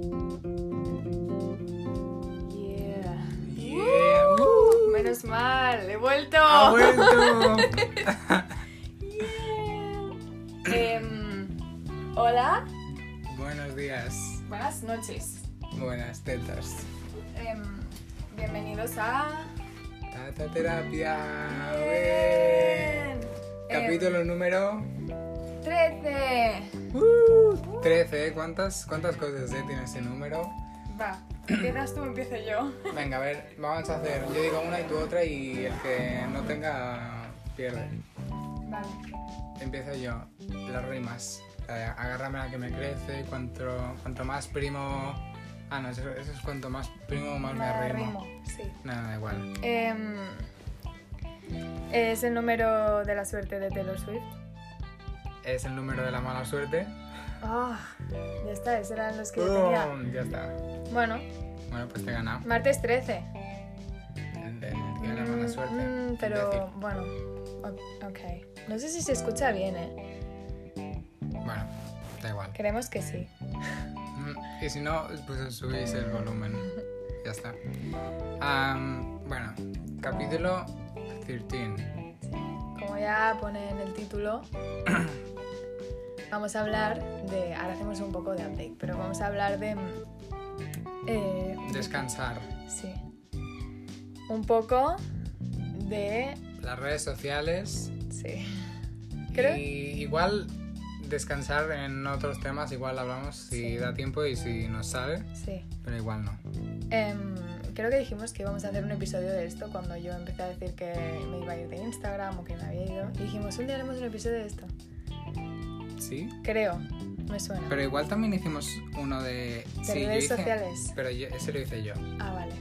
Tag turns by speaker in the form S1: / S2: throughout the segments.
S1: Uh.
S2: Nacional, he vuelto.
S1: Ha vuelto.
S2: Yeah. Em, hola,
S1: Buenos días.
S2: buenas noches.
S1: Buenas tetas.
S2: Em, bienvenidos a.
S1: Tata terapia. Eh.
S2: Bien. Em,
S1: Capítulo número
S2: 13.
S1: 13. ¿eh? ¿Cuántas, ¿Cuántas cosas eh, tiene ese número?
S2: Va, empiezas tú, empiezo yo.
S1: Venga, a ver, vamos a hacer. Yo digo una y tú otra y el que no tenga pierde.
S2: Vale.
S1: Empiezo yo. Las rimas. La de agárrame la que me crece. Cuanto, cuanto más primo. Ah, no, eso, eso es cuanto más primo, más me arrimo.
S2: Sí.
S1: Nada, da igual.
S2: Em, es el número de la suerte de Taylor Swift.
S1: Es el número de la mala suerte.
S2: Ah, ya está, esos eran los que
S1: Oh.
S2: yo tenía.
S1: ¡Pum! Ya está.
S2: Bueno,
S1: Bueno, pues te he ganado.
S2: martes 13.
S1: El de- el que la mala
S2: Mm,
S1: suerte.
S2: mm,
S1: quiero
S2: pero
S1: decir.
S2: bueno, o- ok. No sé si se escucha bien, ¿eh?
S1: Bueno, da igual.
S2: Creemos que sí.
S1: Mm, Y si no, pues subís el volumen. Ya está. Am, bueno, capítulo 13.
S2: Como ya pone en el título, vamos a hablar de. Ahora hacemos un poco de update, pero vamos a hablar de. mm, eh,
S1: Descansar.
S2: sí. Un poco de.
S1: Las redes sociales.
S2: Sí. Creo.
S1: Y igual descansar en otros temas, igual hablamos si
S2: Sí.
S1: da tiempo y si nos sale,
S2: Sí.
S1: pero igual no.
S2: Em, creo que dijimos que íbamos a hacer un episodio de esto cuando yo empecé a decir que me iba a ir de Instagram o que me había ido. Y dijimos, un día haremos un episodio de esto.
S1: Sí.
S2: Creo, me suena.
S1: Pero igual también hicimos uno de...
S2: de
S1: sí, yo
S2: redes
S1: hice-
S2: sociales.
S1: Pero yo- ese lo hice yo.
S2: Ah, vale.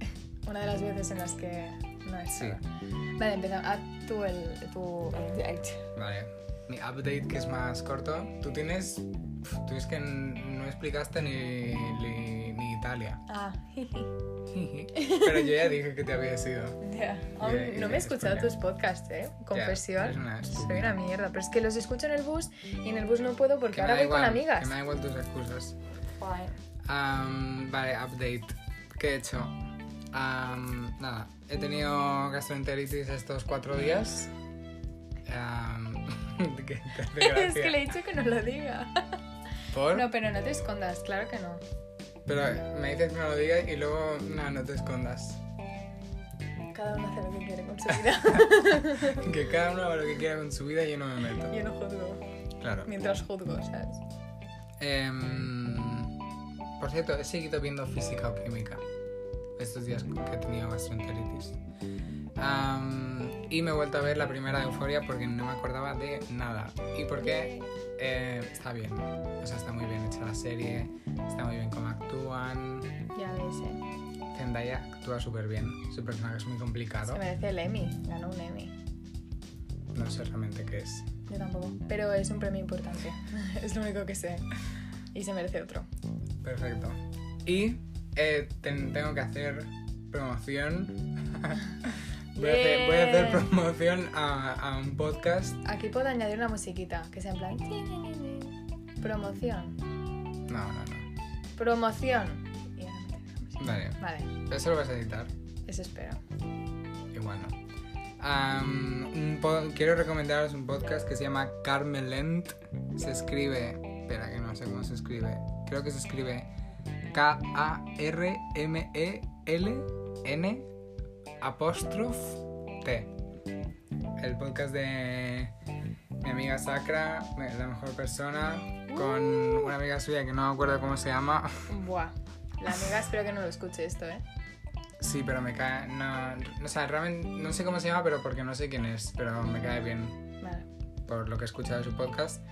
S2: Una de las veces en las que no es.
S1: Sí.
S2: Vale, empezamos. Ah, tú el. Tu update.
S1: Vale. Mi update que es más corto. Tú tienes. pf, Tú es que n- no explicaste ni, ni, ni Italia.
S2: Ah,
S1: Pero yo ya dije que te había sido.
S2: ya. Aún
S1: Ya, ya,
S2: no me he escuchado
S1: espera.
S2: tus podcasts, ¿eh? Confesión. Soy una
S1: mierda.
S2: mierda, pero es que los escucho en el bus y en el bus no puedo porque ahora voy con amigas.
S1: Que me da igual tus excusas.
S2: Joder.
S1: Am, vale, update. ¿Qué he hecho? Am, nada, he tenido gastroenteritis estos cuatro días. Am, que te hace
S2: Es
S1: gracia.
S2: que le he dicho que no lo diga.
S1: ¿Por?
S2: No, pero no te escondas, claro que no.
S1: Pero me dices que no lo digas y luego, nada, no te escondas.
S2: Cada uno hace lo que quiere con su vida.
S1: Que cada uno haga lo que quiera con su vida y yo no me meto.
S2: Yo no juzgo,
S1: Claro.
S2: mientras juzgo, ¿sabes?
S1: Em, por cierto, he seguido viendo física o química estos días que he tenido gastroenteritis. Am, y me he vuelto a ver la primera de Euforia porque no me acordaba de nada. Y porque eh, está bien. O sea, está muy bien hecha la serie, está muy bien cómo actúan.
S2: Ya ves, ¿eh?
S1: Zendaya actúa súper bien. Su personaje es muy complicado.
S2: Se merece el Emmy, ganó un Emmy.
S1: No sé realmente qué es.
S2: Yo tampoco,
S1: Mm.
S2: pero es un premio importante. es lo único que sé. Y se merece otro.
S1: Perfecto. Y eh, ten- tengo que hacer promoción. voy, a hacer, voy a hacer
S2: Bien.
S1: promoción a, a un podcast.
S2: Aquí puedo añadir una musiquita que sea en plan. "Tin, tin, tin, tin". Promoción.
S1: No, no, no.
S2: Promoción. Y ahora meter la música.
S1: Vale,
S2: Vale,
S1: eso lo vas a editar.
S2: eso espero.
S1: Igual no. Am, un po- quiero recomendaros un podcast que se llama Carmelent. Se escribe. Espera, que no sé cómo se escribe. Creo que se escribe K-A-R-M-E-L-N E apóstrof T. El podcast de mi amiga Sacra, la mejor persona, con una amiga suya que no me acuerdo cómo se llama.
S2: Buah. La amiga espero que no lo escuche esto, ¿eh?
S1: Sí, pero me cae. No, o sea, realmente no sé cómo se llama, pero porque no sé quién es, pero me cae bien
S2: Vale.
S1: por lo que he escuchado de su podcast.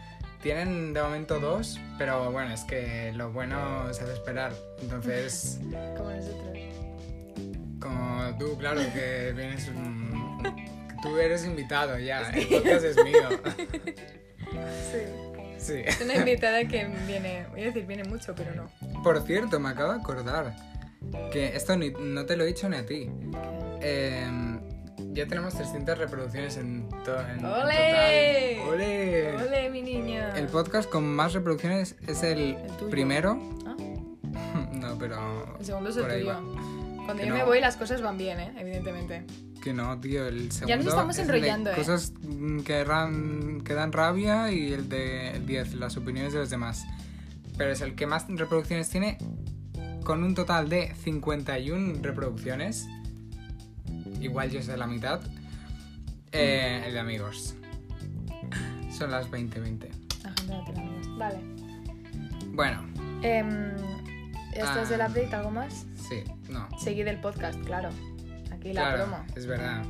S1: Tienen de momento dos, pero bueno, es que lo bueno se hace esperar. Entonces,
S2: Como nosotros.
S1: como tú, claro, que vienes. mm, que tú eres invitado ya, el podcast es mío.
S2: Sí.
S1: Sí.
S2: Es una invitada que viene. Voy a decir, viene mucho, pero no.
S1: Por cierto, me acabo de acordar que esto ni- no te lo he dicho ni a ti. Eh, ya tenemos 300 reproducciones en, to- en- en
S2: ¡Ole!
S1: total. ¡Ole!
S2: Ole, mi niña.
S1: Eh, El podcast con más reproducciones es el,
S2: El tuyo.
S1: primero.
S2: Ah,
S1: No, pero
S2: el segundo es el
S1: Por ahí
S2: tuyo.
S1: va.
S2: Cuando
S1: Que
S2: yo
S1: no.
S2: me voy, las cosas van bien, ¿eh? Evidentemente.
S1: que que no, tío. El segundo.
S2: estamos
S1: es el
S2: enrollando,
S1: de
S2: eh.
S1: Cosas mm, que, ran- que dan rabia y el de el 10, las opiniones de los demás. Pero es el que más reproducciones tiene, con un total de 51 reproducciones. Igual yo sé la mitad. Eh, el de amigos. Son las 20-20.
S2: La gente no tiene amigos. Vale.
S1: Bueno,
S2: Em, ¿Esto es del
S1: Ah.
S2: update? ¿Algo más?
S1: sí, no.
S2: Seguid el podcast, claro. Aquí la
S1: Claro,
S2: promo.
S1: es verdad.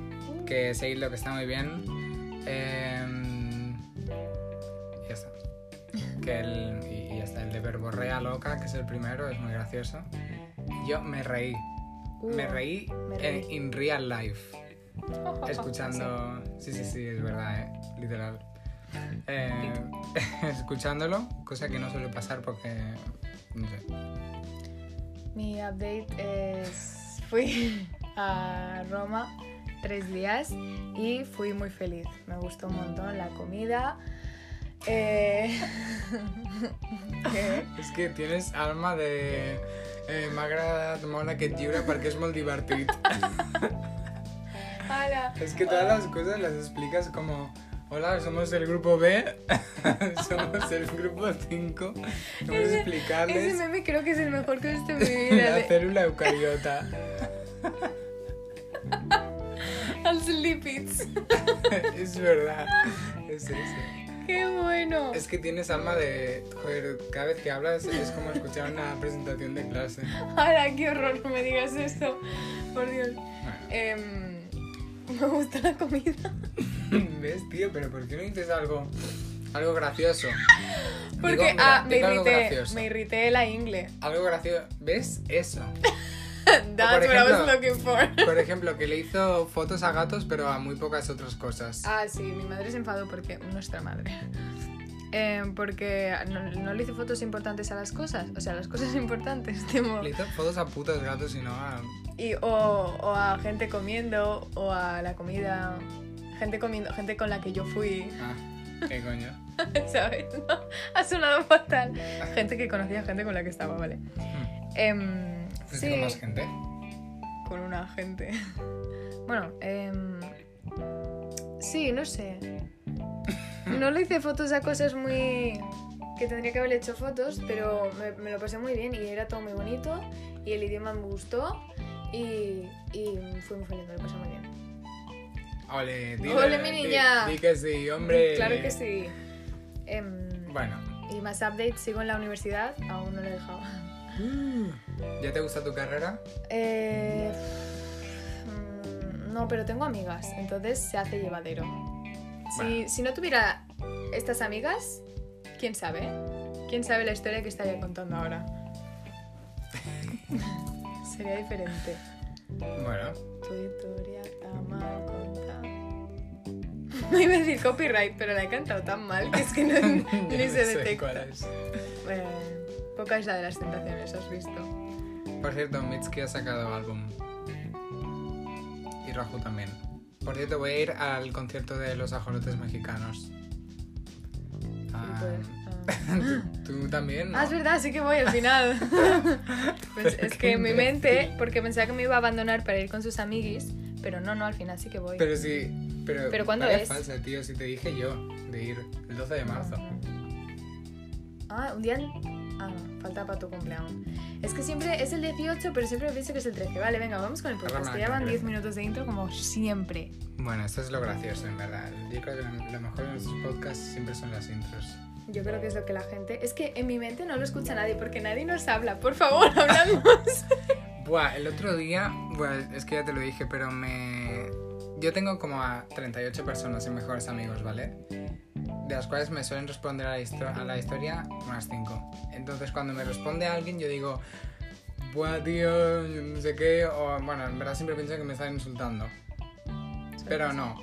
S1: Que seguir lo que está muy bien. Em, ya está. Que el, y, y ya está. El de Verborrea Loca, que es el primero, es muy gracioso. Yo me reí. Me
S2: Uh,
S1: reí
S2: me
S1: en
S2: reí.
S1: in real life. Escuchando. Sí, sí, sí, es verdad, ¿eh? Literal. Eh, escuchándolo, cosa que no suele pasar porque. No sé.
S2: Mi update es... Fui a Roma tres días y fui muy feliz. Me gustó un montón la comida. Eh, ¿qué?
S1: És que tienes alma de... Eh, M'ha agradat molt aquest llibre perquè és molt divertit.
S2: Hola.
S1: es que todas las cosas las explicas como... Hola, somos el grupo B, somos el grupo 5, vamos a
S2: Ese- Ese
S1: explicarles
S2: meme creo que es el mejor que he visto en mi vida.
S1: la
S2: de-
S1: célula eucariota.
S2: Al Slippits.
S1: es verdad. Es, es-
S2: ¡Qué bueno!
S1: es que tienes alma de... Joder, cada vez que hablas es como escuchar una presentación de clase.
S2: Ahora, qué horror, no me digas esto. Por Dios. Em, me gusta la comida.
S1: Bueno, ¿Ves, tío? Pero ¿por qué no dices algo, algo gracioso?
S2: Porque
S1: Digo, mira,
S2: ah, me
S1: digo algo
S2: irrité.
S1: gracioso.
S2: Me irrité la ingle.
S1: Algo gracioso. ¿Ves? Eso.
S2: That's what I was
S1: ejemplo-
S2: looking for.
S1: Por ejemplo, que le hizo fotos a gatos, pero a muy pocas otras cosas.
S2: Ah, sí, mi madre se enfadó porque. Nuestra madre. Em, porque no, no le hice fotos importantes a las cosas. O sea, las cosas importantes. Tipo,
S1: Le hizo fotos a putos gatos y no a.
S2: y, o, o a gente comiendo, o a la comida. Gente comiendo, gente con la que yo fui.
S1: Ah, qué coño.
S2: ¿Sabes? No, ha sonado fatal. Gente que conocía, gente con la que estaba, ¿vale? Em,
S1: Hmm. Pues
S2: sí,
S1: con más gente.
S2: con una gente. Bueno, em, sí, no sé. No le hice fotos a cosas muy... que tendría que haberle hecho fotos, pero me, me lo pasé muy bien y era todo muy bonito y el idioma me gustó y, y fui muy feliz, me lo pasé muy bien.
S1: Ole, dile,
S2: Ole, mi
S1: di-
S2: niña.
S1: Di, que sí, hombre.
S2: Claro que sí. Em,
S1: Bueno.
S2: Y más updates, sigo en la universidad, aún no lo he dejado.
S1: ¿Ya te gusta tu carrera?
S2: Eh, mm, no, pero tengo amigas, entonces se hace llevadero. Si,
S1: Bueno.
S2: si no tuviera estas amigas, quién sabe. Quién sabe la historia que estaría contando ahora. Sería diferente.
S1: Bueno.
S2: Tu historia tan mal contada. No iba a decir copyright, pero la he cantado tan mal que es que no,
S1: Ya
S2: ni
S1: no
S2: se
S1: sé
S2: detecta.
S1: cuál es.
S2: Eh, poca es la de las tentaciones, ¿has visto?
S1: Por cierto, Mitski ha sacado álbum. Y Raju también. Por cierto, voy a ir al concierto de los ajolotes mexicanos. Ah, ¿tú, tú también?
S2: Ah, es verdad, sí que voy al final. Pues es que en mi mente, porque pensaba que me iba a abandonar para ir con sus amiguis, pero no, no, al final sí que voy.
S1: Pero sí, pero...
S2: ¿Pero cuándo
S1: vaya
S2: es?
S1: falsa, tío, si te dije yo de ir el 12 de marzo.
S2: Ah, un día... en- Ah, no, falta para tu cumpleaños. Es que siempre es el 18, pero siempre pienso que es el 13. Vale, venga, vamos con el podcast.
S1: Arranca,
S2: Que ya van
S1: creo.
S2: 10 minutos de intro como siempre.
S1: Bueno, esto es lo gracioso, en verdad. Yo creo que lo lo mejor de nuestros podcasts siempre son las intros.
S2: Yo creo que es lo que la gente... Es que en mi mente no lo escucha nadie, porque nadie nos habla. Por favor, hablamos.
S1: Buah, el otro día, bueno, es que ya te lo dije, pero me... Yo tengo como a 38 personas en mejores amigos, ¿vale? De las cuales me suelen responder a la, histo- a la historia unas 5. Entonces cuando me responde alguien yo digo, buah tío, yo no sé qué, o bueno, en verdad siempre pienso que me están insultando. Pero no.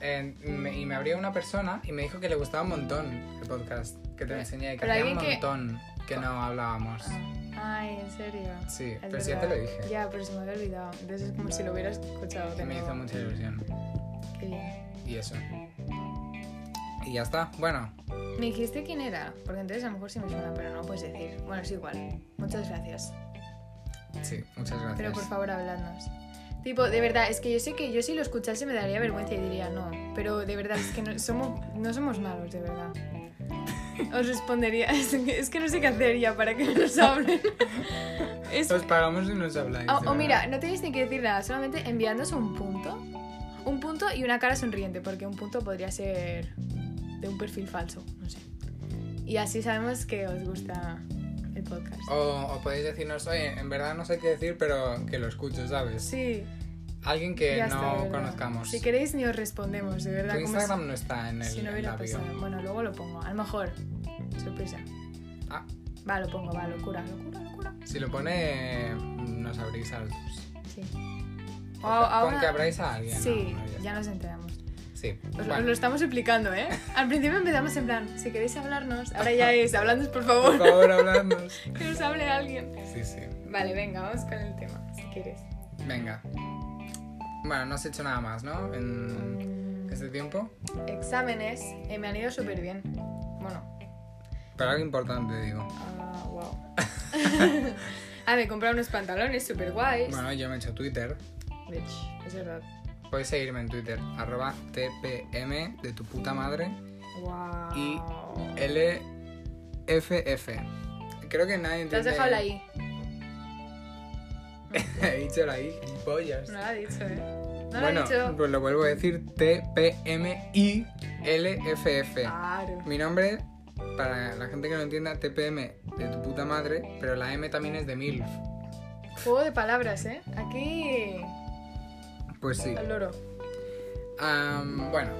S1: Eh, me- y me abrió una persona y me dijo que le gustaba un montón el podcast que te enseñé, que
S2: Pero
S1: hacía un
S2: alguien que-
S1: montón que no hablábamos.
S2: Ay, en serio.
S1: Sí,
S2: Es
S1: pero sí ya te lo
S2: verdad.
S1: dije.
S2: Ya, pero se me había olvidado. Entonces es como si lo hubiera escuchado.
S1: Que
S2: de
S1: me
S2: nuevo.
S1: hizo mucha ilusión.
S2: Qué bien.
S1: Y eso. Y ya está. Bueno,
S2: Me dijiste quién era, porque entonces a lo mejor sí me suena, pero no lo puedes decir. Bueno, es igual. Muchas gracias.
S1: sí, muchas gracias.
S2: Pero por favor, habladnos. Tipo, de verdad, es que yo sé que yo si lo escuchase me daría vergüenza y diría no. Pero de verdad, es que no somos, no somos malos, de verdad. Os respondería, es que, es que no sé qué hacer ya para que nos hablen. Es-
S1: Os pagamos y nos habláis.
S2: o,
S1: de
S2: o Ah, Oh, mira,
S1: verdad.
S2: no tenéis ni que decir nada, solamente enviándonos un punto. Un punto y una cara sonriente, porque un punto podría ser de un perfil falso, no sé. Y así sabemos que os gusta el podcast.
S1: O, o podéis decirnos, oye, en verdad no sé qué decir, pero que lo escucho, ¿sabes?
S2: Sí,
S1: Alguien que
S2: ya está, de
S1: no
S2: verdad.
S1: conozcamos.
S2: Si queréis ni os respondemos, de verdad.
S1: tu
S2: como si-
S1: Instagram no está en el,
S2: Si no
S1: en
S2: hubiera
S1: la bio.
S2: pasado. Bueno, luego lo pongo. A lo mejor. Sorpresa.
S1: Ah,
S2: Va, lo pongo, va, locura, locura, locura.
S1: si lo pone, nos abrís a los dos.
S2: Sí.
S1: O
S2: O
S1: sea,
S2: a
S1: Con
S2: una-
S1: que abráis a alguien.
S2: Sí,
S1: no, no, ya
S2: ya nos enteramos.
S1: está. Sí.
S2: Os, os
S1: Vale.
S2: lo estamos explicando, ¿eh? Al principio empezamos en plan, si queréis hablarnos, ahora ya es, habladnos por favor,
S1: Por favor, hablarnos.
S2: que nos hable alguien.
S1: Sí, sí.
S2: Vale, venga, vamos con el tema, si quieres.
S1: Venga. Bueno, no has hecho nada más, ¿no? En este tiempo.
S2: Exámenes eh, me han ido súper bien. Bueno,
S1: Pero algo importante, digo.
S2: ah, wow. ah, me he comprado unos pantalones súper guays.
S1: Bueno, yo me he hecho Twitter.
S2: Bitch, es verdad.
S1: Podéis seguirme en Twitter. Arroba TPM de tu puta madre.
S2: Wow.
S1: Y eh, LFF. Creo que nadie
S2: Te has
S1: entiende-
S2: dejado la I.
S1: He dicho la I. Pollas.
S2: No lo ha dicho, ¿eh? No lo
S1: bueno,
S2: ha dicho.
S1: pues lo vuelvo a decir. TPM-I-LFF.
S2: Claro.
S1: Mi nombre, para la gente que no entienda, TPM de tu puta madre, pero la M también es de MILF.
S2: Juego de palabras, ¿eh? Aquí.
S1: Pues sí.
S2: Al loro.
S1: Am, bueno.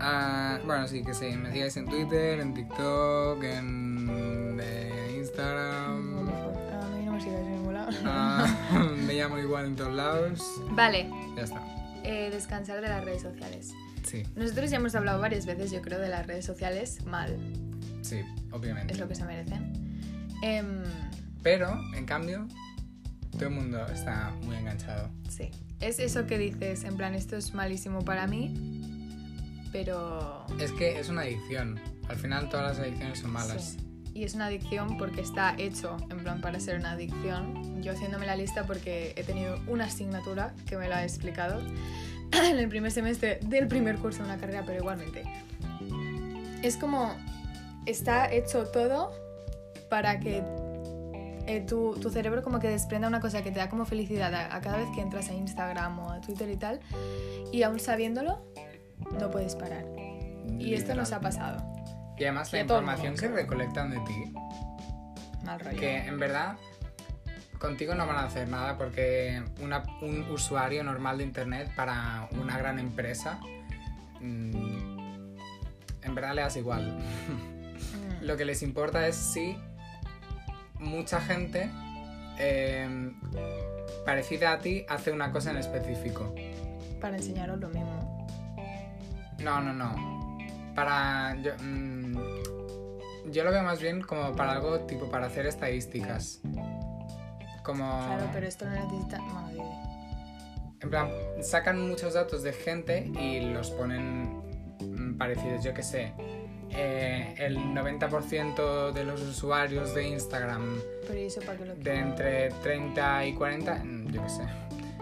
S1: Ah, bueno, sí, que sí. Me sigáis en Twitter, en TikTok, en eh, Instagram.
S2: A mí no me sigas en ningún lado.
S1: Ah, me llamo igual en todos lados.
S2: Vale,
S1: Ya está.
S2: eh, descansar de las redes sociales.
S1: Sí,
S2: Nosotros ya hemos hablado varias veces, yo creo, de las redes sociales mal.
S1: sí,
S2: Es
S1: obviamente.
S2: lo que se merecen. Em,
S1: Pero, en cambio, todo el mundo está muy enganchado.
S2: sí. Es eso que dices, en plan, esto es malísimo para mí, pero.
S1: Es que es una adicción. Al final todas las adicciones son malas.
S2: Sí. Y es una adicción porque está hecho, en plan, para ser una adicción. Yo haciéndome la lista porque he tenido una asignatura que me lo ha explicado en el primer semestre del primer curso de una carrera, pero igualmente. Es como, está hecho todo para que eh, tu, tu cerebro como que desprenda una cosa que te da como felicidad a, a cada vez que entras a Instagram o a Twitter y tal, y aún sabiéndolo, no puedes parar. Y esto
S1: Literal.
S2: nos ha pasado.
S1: Y además la
S2: Y a todo el
S1: información
S2: mundo,
S1: que
S2: creo.
S1: recolectan de ti,
S2: Mal rollo.
S1: que en verdad contigo no van a hacer nada porque una- un usuario normal de internet para una gran empresa, mm, en verdad le das igual.
S2: Mm.
S1: Lo que les importa es si mucha gente eh, parecida a ti hace una cosa en específico.
S2: para enseñaros lo mismo.
S1: No, no, no. Para. Yo, mm, yo lo veo más bien como para algo tipo para hacer estadísticas. Como.
S2: Claro, pero esto no necesita. Bueno, diré.
S1: En plan, sacan muchos datos de gente y los ponen mm, parecidos. Yo qué sé. Eh, el 90% de los usuarios de Instagram
S2: Pero ¿y eso para qué lo
S1: de entre 30 y 40, mm, yo qué sé,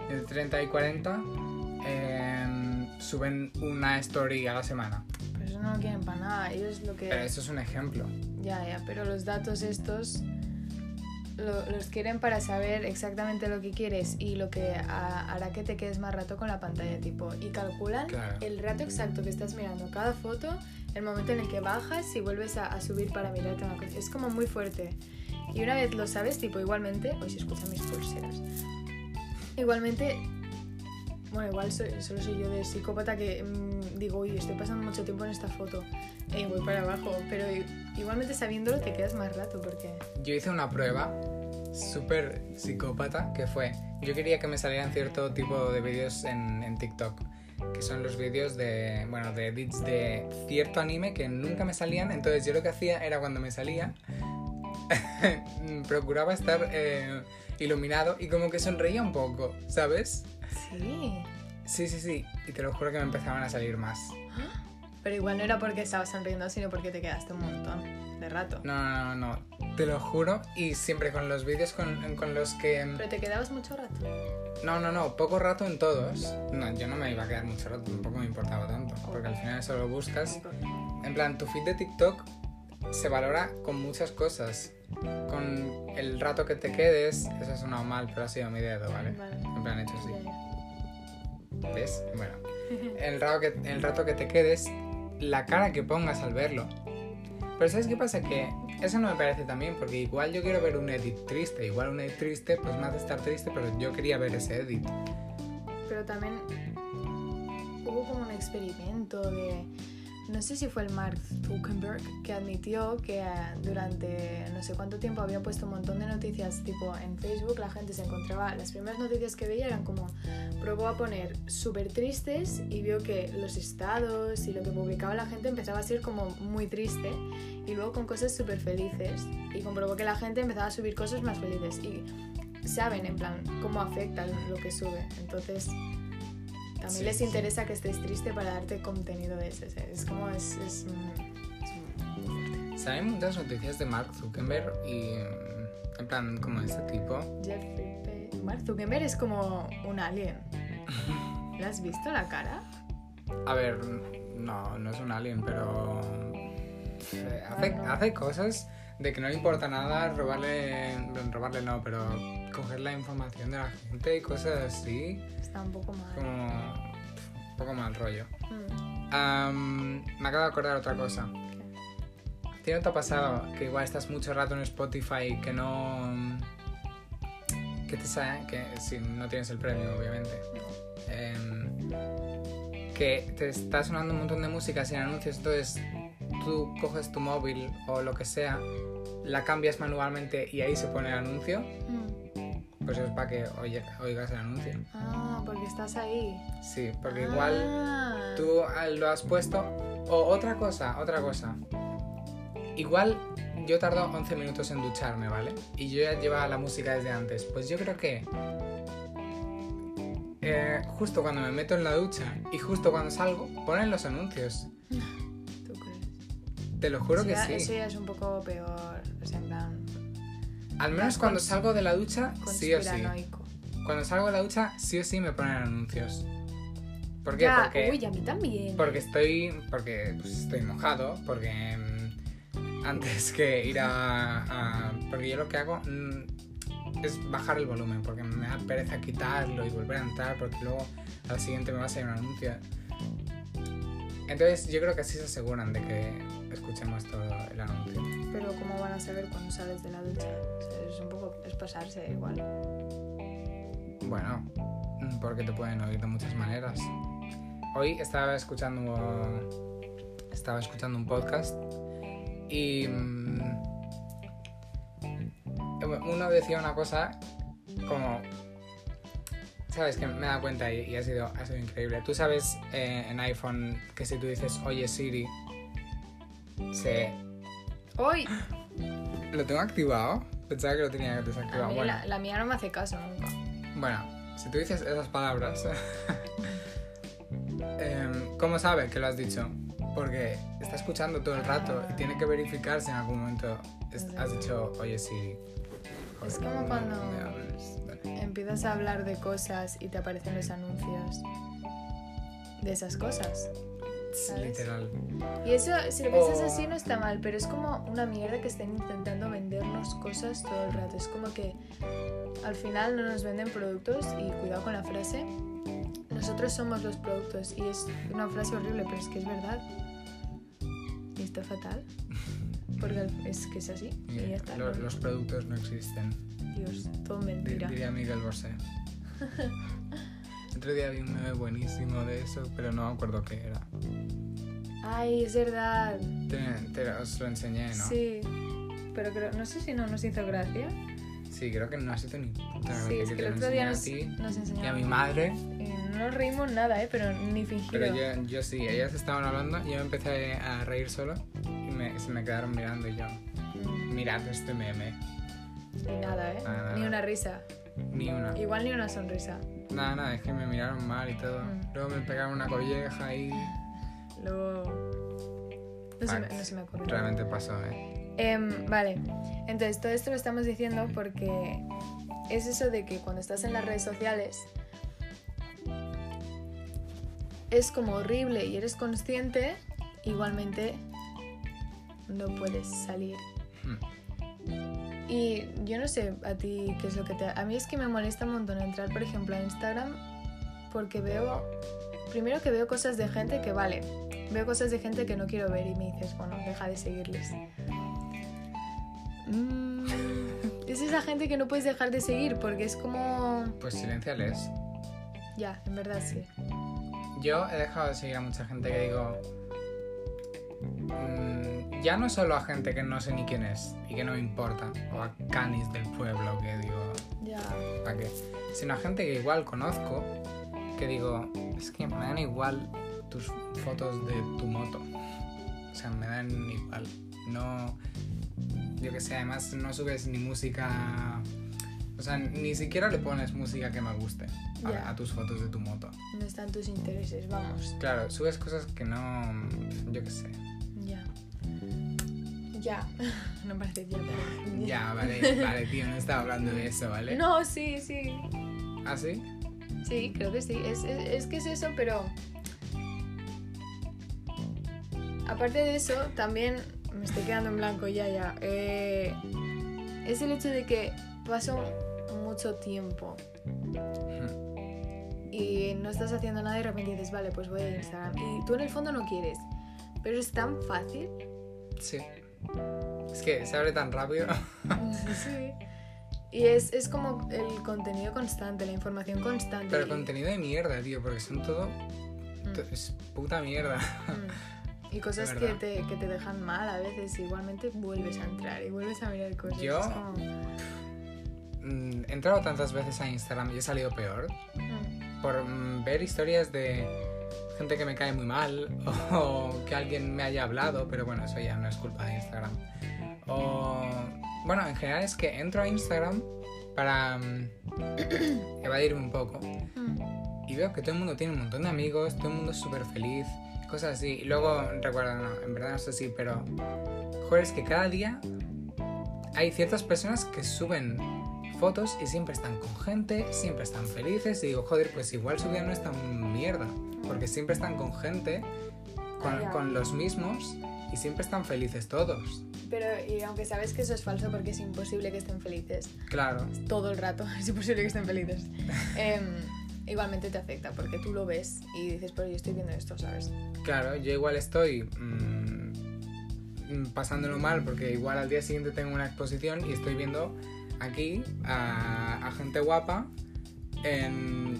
S1: de 30 y 40 em, suben una story a la semana.
S2: Pero eso no lo quieren para nada. Ellos lo que.
S1: Pero eso es un ejemplo.
S2: Ya, ya, pero los datos estos lo- los quieren para saber exactamente lo que quieres y lo que ha- hará que te quedes más rato con la pantalla, tipo. Y calculan
S1: Claro.
S2: el rato exacto que estás mirando cada foto, el momento en el que bajas y vuelves a, a subir para mirarte una cosa. Es como muy fuerte. Y una vez lo sabes, tipo, igualmente. Hoy se escuchan mis pulseras. Igualmente. Bueno, igual soy- solo soy yo de psicópata que mm, digo, uy, estoy pasando mucho tiempo en esta foto. Eh, voy para abajo, pero i- igualmente sabiéndolo te quedas más rato porque...
S1: Yo hice una prueba súper psicópata que fue, yo quería que me salieran cierto tipo de vídeos en, en TikTok, que son los vídeos de, bueno, de edits de cierto anime que nunca me salían, entonces yo lo que hacía era cuando me salía, procuraba estar eh, iluminado y como que sonreía un poco, ¿sabes?
S2: Sí.
S1: Sí, sí, sí, y te lo juro que me empezaban a salir más.
S2: Pero igual no era porque estabas sonriendo, sino porque te quedaste un montón de rato.
S1: No, no, no, no. te lo juro. Y siempre con los vídeos con, con los que... em,
S2: Pero te quedabas mucho rato.
S1: No, no, no, poco rato en todos. No, yo no me iba a quedar mucho rato, tampoco me importaba tanto. Porque al final eso lo buscas. En plan, tu feed de TikTok se valora con muchas cosas. Con el rato que te quedes, eso ha sonado mal, pero ha sido mi dedo, ¿vale?
S2: Vale.
S1: En plan, hecho así.
S2: Ya, ya.
S1: ¿Ves? Bueno. El rato, que, el rato que te quedes, la cara que pongas al verlo. Pero ¿sabes qué pasa? Que eso no me parece también, porque igual yo quiero ver un edit triste. Igual un edit triste, pues me hace estar triste, pero yo quería ver ese edit.
S2: Pero también hubo como un experimento de. No sé si fue el Mark Zuckerberg que admitió que eh, durante no sé cuánto tiempo había puesto un montón de noticias, tipo en Facebook la gente se encontraba, las primeras noticias que veía eran como, probó a poner súper tristes y vio que los estados y lo que publicaba la gente empezaba a ser como muy triste y luego con cosas súper felices y comprobó que la gente empezaba a subir cosas más felices y saben en plan cómo afecta lo que sube. Entonces, también
S1: Sí,
S2: les
S1: sí.
S2: interesa que estés triste para darte contenido de ese. ¿sabes? Es como es... es, mm, es un-
S1: Salen muchas noticias de Mark Zuckerberg y. mm, En plan, como este tipo.
S2: Jeffrey Pe- Mark Zuckerberg es como un alien. ¿La has visto la cara?
S1: A ver, no, no es un alien, pero. eh, Hace,
S2: Bueno.
S1: hace cosas de que no le importa nada robarle. Robarle no, pero coger la información de la gente y cosas así.
S2: Está un poco mal.
S1: Como. pf, Un poco mal rollo.
S2: Mm.
S1: Am, me acabo de acordar otra cosa. ¿Tiene no te ha pasado que igual estás mucho rato en Spotify que no. que te sa- que si no tienes el premio, obviamente.
S2: Mm,
S1: em, que te está sonando un montón de música sin anuncios, entonces tú coges tu móvil o lo que sea, la cambias manualmente y ahí se pone el anuncio,
S2: Mm.
S1: pues es para que oye- oigas el anuncio.
S2: Ah, porque estás ahí.
S1: Sí, porque igual
S2: Ah.
S1: tú ah, lo has puesto. O otra cosa, otra cosa. Igual yo tardo 11 minutos en ducharme, ¿vale? Y yo ya llevaba la música desde antes. Pues yo creo que... eh, justo cuando me meto en la ducha y justo cuando salgo, ponen los anuncios.
S2: ¿Tú crees?
S1: Te lo juro
S2: Eso
S1: que
S2: ya-
S1: sí.
S2: Eso ya es un poco peor. O sea, en plan...
S1: Al menos cuando salgo de la ducha, sí o sí.
S2: Conspiranoico.
S1: Cuando salgo de la ducha, sí o sí me ponen anuncios. ¿Por qué?
S2: Ya,
S1: Porque...
S2: Uy, a mí también. ¿eh?
S1: Porque estoy, porque pues, estoy mojado, porque mm, antes que ir a, a- Porque yo lo que hago mm, es bajar el volumen, porque me da pereza quitarlo y volver a entrar, porque luego al siguiente me va a salir un anuncio. Entonces yo creo que así se aseguran de que escuchemos todo el anuncio.
S2: Pero ¿cómo van a saber cuando sales de la ducha? O sea, es un poco... es pasarse igual.
S1: Bueno, mm, porque te pueden oír de muchas maneras. Hoy estaba escuchando estaba escuchando un podcast y mm, uno decía una cosa como sabes que me he dado cuenta y, y ha sido ha sido increíble. Tú sabes eh, en iPhone que si tú dices "Oye Siri" se
S2: ¡Hoy!
S1: lo tengo activado. Pensaba que lo tenía
S2: A
S1: desactivado.
S2: mí
S1: Bueno.
S2: la, la mía no me hace caso nunca.
S1: Bueno, si tú dices esas palabras, em, ¿cómo sabe que lo has dicho? Porque está escuchando todo el rato y tiene que verificar si en algún momento es- has dicho, oye Siri. joder,
S2: Es como
S1: no
S2: cuando-
S1: me hables". Vale.
S2: Empiezas a hablar de cosas y te aparecen los anuncios de esas cosas. ¿Sabes?
S1: Literal.
S2: Y eso, si lo piensas
S1: O-
S2: así, no está mal, pero es como una mierda que estén intentando vendernos cosas todo el rato. Es como que al final no nos venden productos y cuidado con la frase. Nosotros somos los productos y es una frase horrible, pero es que es verdad. Y está fatal. Porque es que es así. Y ya está.
S1: Lo- los productos no existen,
S2: Dios, todo
S1: di-
S2: mentira.
S1: diría Miguel Bosé. Otro día vi un meme buenísimo de eso, pero no me acuerdo qué era.
S2: Ay, es verdad.
S1: Te, te- os lo enseñé, Eh, ¿no?
S2: Sí. Pero creo, no sé si no nos hizo gracia.
S1: Sí, creo que no has hecho ni puta
S2: sí,
S1: gracia
S2: es que
S1: te
S2: el
S1: lo
S2: otro día
S1: enseñé a
S2: nos,
S1: ti.
S2: nos
S1: Y a mi
S2: enseñaron.
S1: madre,
S2: Y Mm, no nos reímos nada, ¿eh? Pero ni fingido.
S1: pero yo, yo sí, ellas estaban hablando, yo me empecé a reír solo y me- se me quedaron mirando y yo,
S2: Mm,
S1: mirad este meme,
S2: Ni nada, ¿eh?
S1: Nada, nada.
S2: Ni una risa.
S1: ni una.
S2: Igual ni una sonrisa.
S1: Nada, nada, es que me miraron mal y todo.
S2: Mm.
S1: Luego me pegaron una colleja y
S2: Luego... No se, me,
S1: Facts.
S2: no se me ocurre.
S1: realmente pasó, ¿eh?
S2: Em, vale, entonces todo esto lo estamos diciendo porque es eso de que cuando estás en las redes sociales es como horrible y eres consciente, igualmente no puedes salir.
S1: Hmm.
S2: Y yo no sé a ti qué es lo que te... A mí es que me molesta un montón entrar, por ejemplo, a Instagram porque veo... Primero que veo cosas de gente que vale. Veo cosas de gente que no quiero ver y me dices, bueno, deja de seguirles. Mm, es esa gente que no puedes dejar de seguir porque es como...
S1: Pues silenciales.
S2: Ya, en verdad sí.
S1: Yo he dejado de seguir a mucha gente que digo. mm, ya no solo a gente que no sé ni quién es y que no me importa, o a canis del pueblo que digo,
S2: Ya.
S1: ¿para qué? Sino a gente que igual conozco, que digo, es que me dan igual tus fotos de tu moto. O sea, me dan igual. No. Yo que sé, además no subes ni música. O sea, ni siquiera le pones música que me guste a-
S2: Ya.
S1: a tus fotos de tu moto. Pues
S2: No están tus intereses, vamos.
S1: Claro, subes cosas que no. Yo qué sé.
S2: Ya. Ya. No parece ya, pero-
S1: Ya, vale, vale, tío, no estaba hablando de eso, ¿vale?
S2: No, sí, sí.
S1: ¿Ah, sí?
S2: Sí, creo que sí. Es, es- es que es eso, pero... Aparte de eso, también me estoy quedando en blanco ya, ya. Eh, es el hecho de que paso mucho tiempo
S1: Hmm,
S2: y no estás haciendo nada y de repente dices, vale, pues voy a Instagram. Y tú en el fondo no quieres, pero es tan fácil.
S1: Sí. Es que se abre tan rápido.
S2: sí. Y es, es como el contenido constante, la información constante.
S1: Pero
S2: Y-
S1: contenido de mierda, tío, porque son todo.
S2: Mm.
S1: to- Es puta mierda.
S2: Mm. Y cosas
S1: De
S2: que
S1: verdad.
S2: te, que te dejan mal a veces, igualmente vuelves a entrar y vuelves a mirar cosas.
S1: Yo-
S2: es como,
S1: Mm, He entrado tantas veces a Instagram y he salido peor
S2: mm,
S1: por mm, ver historias de gente que me cae muy mal o que alguien me haya hablado, pero bueno, eso ya no es culpa de Instagram. O bueno, en general es que entro a Instagram para mm, evadirme un poco
S2: mm,
S1: y veo que todo el mundo tiene un montón de amigos, todo el mundo es súper feliz, cosas así. Y luego recuerdo, no, en verdad no sé si, pero joder, es que cada día hay ciertas personas que suben fotos y siempre están con gente, siempre están felices y digo, joder, pues igual su vida no es tan mierda, porque siempre están con gente, con,
S2: Ya.
S1: con los mismos y siempre están felices todos.
S2: Pero y aunque sabes que eso es falso porque es imposible que estén felices,
S1: Claro,
S2: todo el rato es imposible que estén felices, em, igualmente te afecta porque tú lo ves y dices, pero yo estoy viendo esto, ¿sabes?
S1: Claro, yo igual estoy mm, mm, pasándolo mal porque igual al día siguiente tengo una exposición y estoy viendo aquí a, a gente guapa en,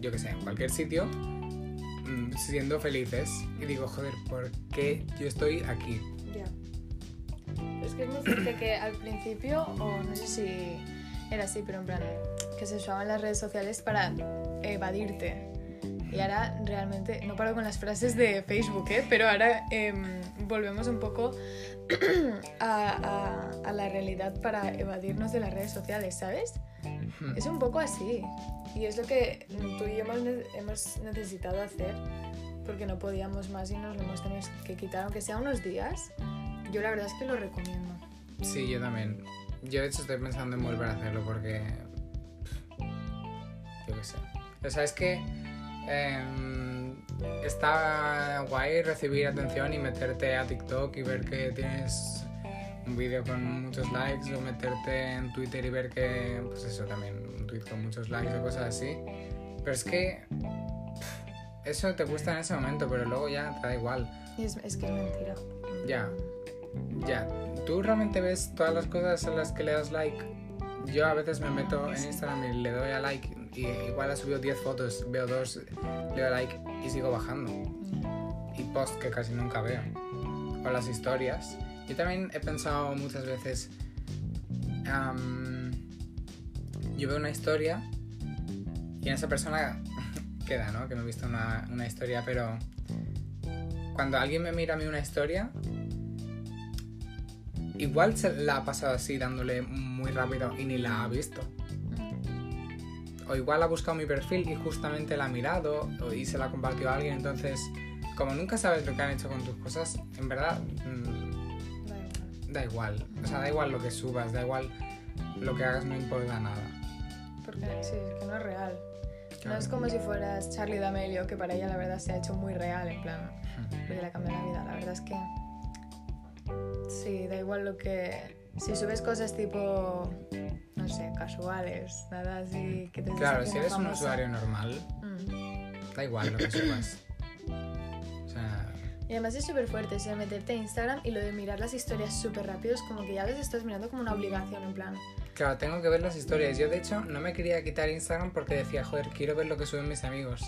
S1: yo que sé, en cualquier sitio mm, siendo felices y digo, joder, ¿por qué yo estoy aquí?
S2: Ya. Es que es muy fuerte que al principio, o no sé si era así, pero en plan, que se usaban las redes sociales para evadirte. Y ahora realmente, no paro con las frases de Facebook, ¿eh? pero ahora em, volvemos un poco a, a- a la realidad para evadirnos de las redes sociales, ¿sabes?
S1: Hmm.
S2: Es un poco así. Y es lo que tú y yo hemos, ne- hemos necesitado hacer porque no podíamos más y nos lo hemos tenido que quitar, aunque sea unos días. Yo la verdad es que lo recomiendo.
S1: Sí, yo también. Yo de hecho estoy pensando en volver a hacerlo porque... Yo qué sé. O sea, es que em, está guay recibir atención y meterte a TikTok y ver que tienes un vídeo con muchos likes o meterte en Twitter y ver que, pues eso también, un tweet con muchos likes o cosas así. Pero es que pf, eso te gusta en ese momento, pero luego ya te da igual.
S2: Y es, es que es mentira.
S1: Ya. Ya, ¿tú realmente ves todas las cosas a las que le das like? Yo a veces me meto en Instagram y le doy a like y igual ha subido 10 fotos, veo dos, le doy a like y sigo bajando.
S2: Mm.
S1: Y post que casi nunca veo. O las historias. Yo también he pensado muchas veces, am, yo veo una historia y en esa persona queda, ¿no? Que no he visto una, una historia, pero cuando alguien me mira a mí una historia, igual se la ha pasado así dándole muy rápido y ni la ha visto. O igual ha buscado mi perfil y justamente la ha mirado o- y se la ha compartido a alguien. Entonces, como nunca sabes lo que han hecho con tus cosas, en verdad mm,
S2: Da igual.
S1: da igual. O sea, da igual lo que subas, da igual lo que hagas, no importa nada.
S2: Porque sí, es que no es real. No
S1: Claro.
S2: es como si fueras Charlie D'Amelio, que para ella la verdad se ha hecho muy real, en plan, porque le ha cambiado la vida. La verdad es que. Sí, da igual lo que. Si subes cosas tipo. No sé, casuales, nada así que te estés
S1: Claro, si
S2: haciendo
S1: eres un
S2: famosa.
S1: usuario normal,
S2: Mm.
S1: da igual lo que subas. O sea,
S2: Y además es súper fuerte eso de meterte en Instagram y lo de mirar las historias súper rápido es como que ya les estás mirando como una obligación, en plan.
S1: claro, tengo que ver las historias. Yo, de hecho, no me quería quitar Instagram porque decía, joder, quiero ver lo que suben mis amigos.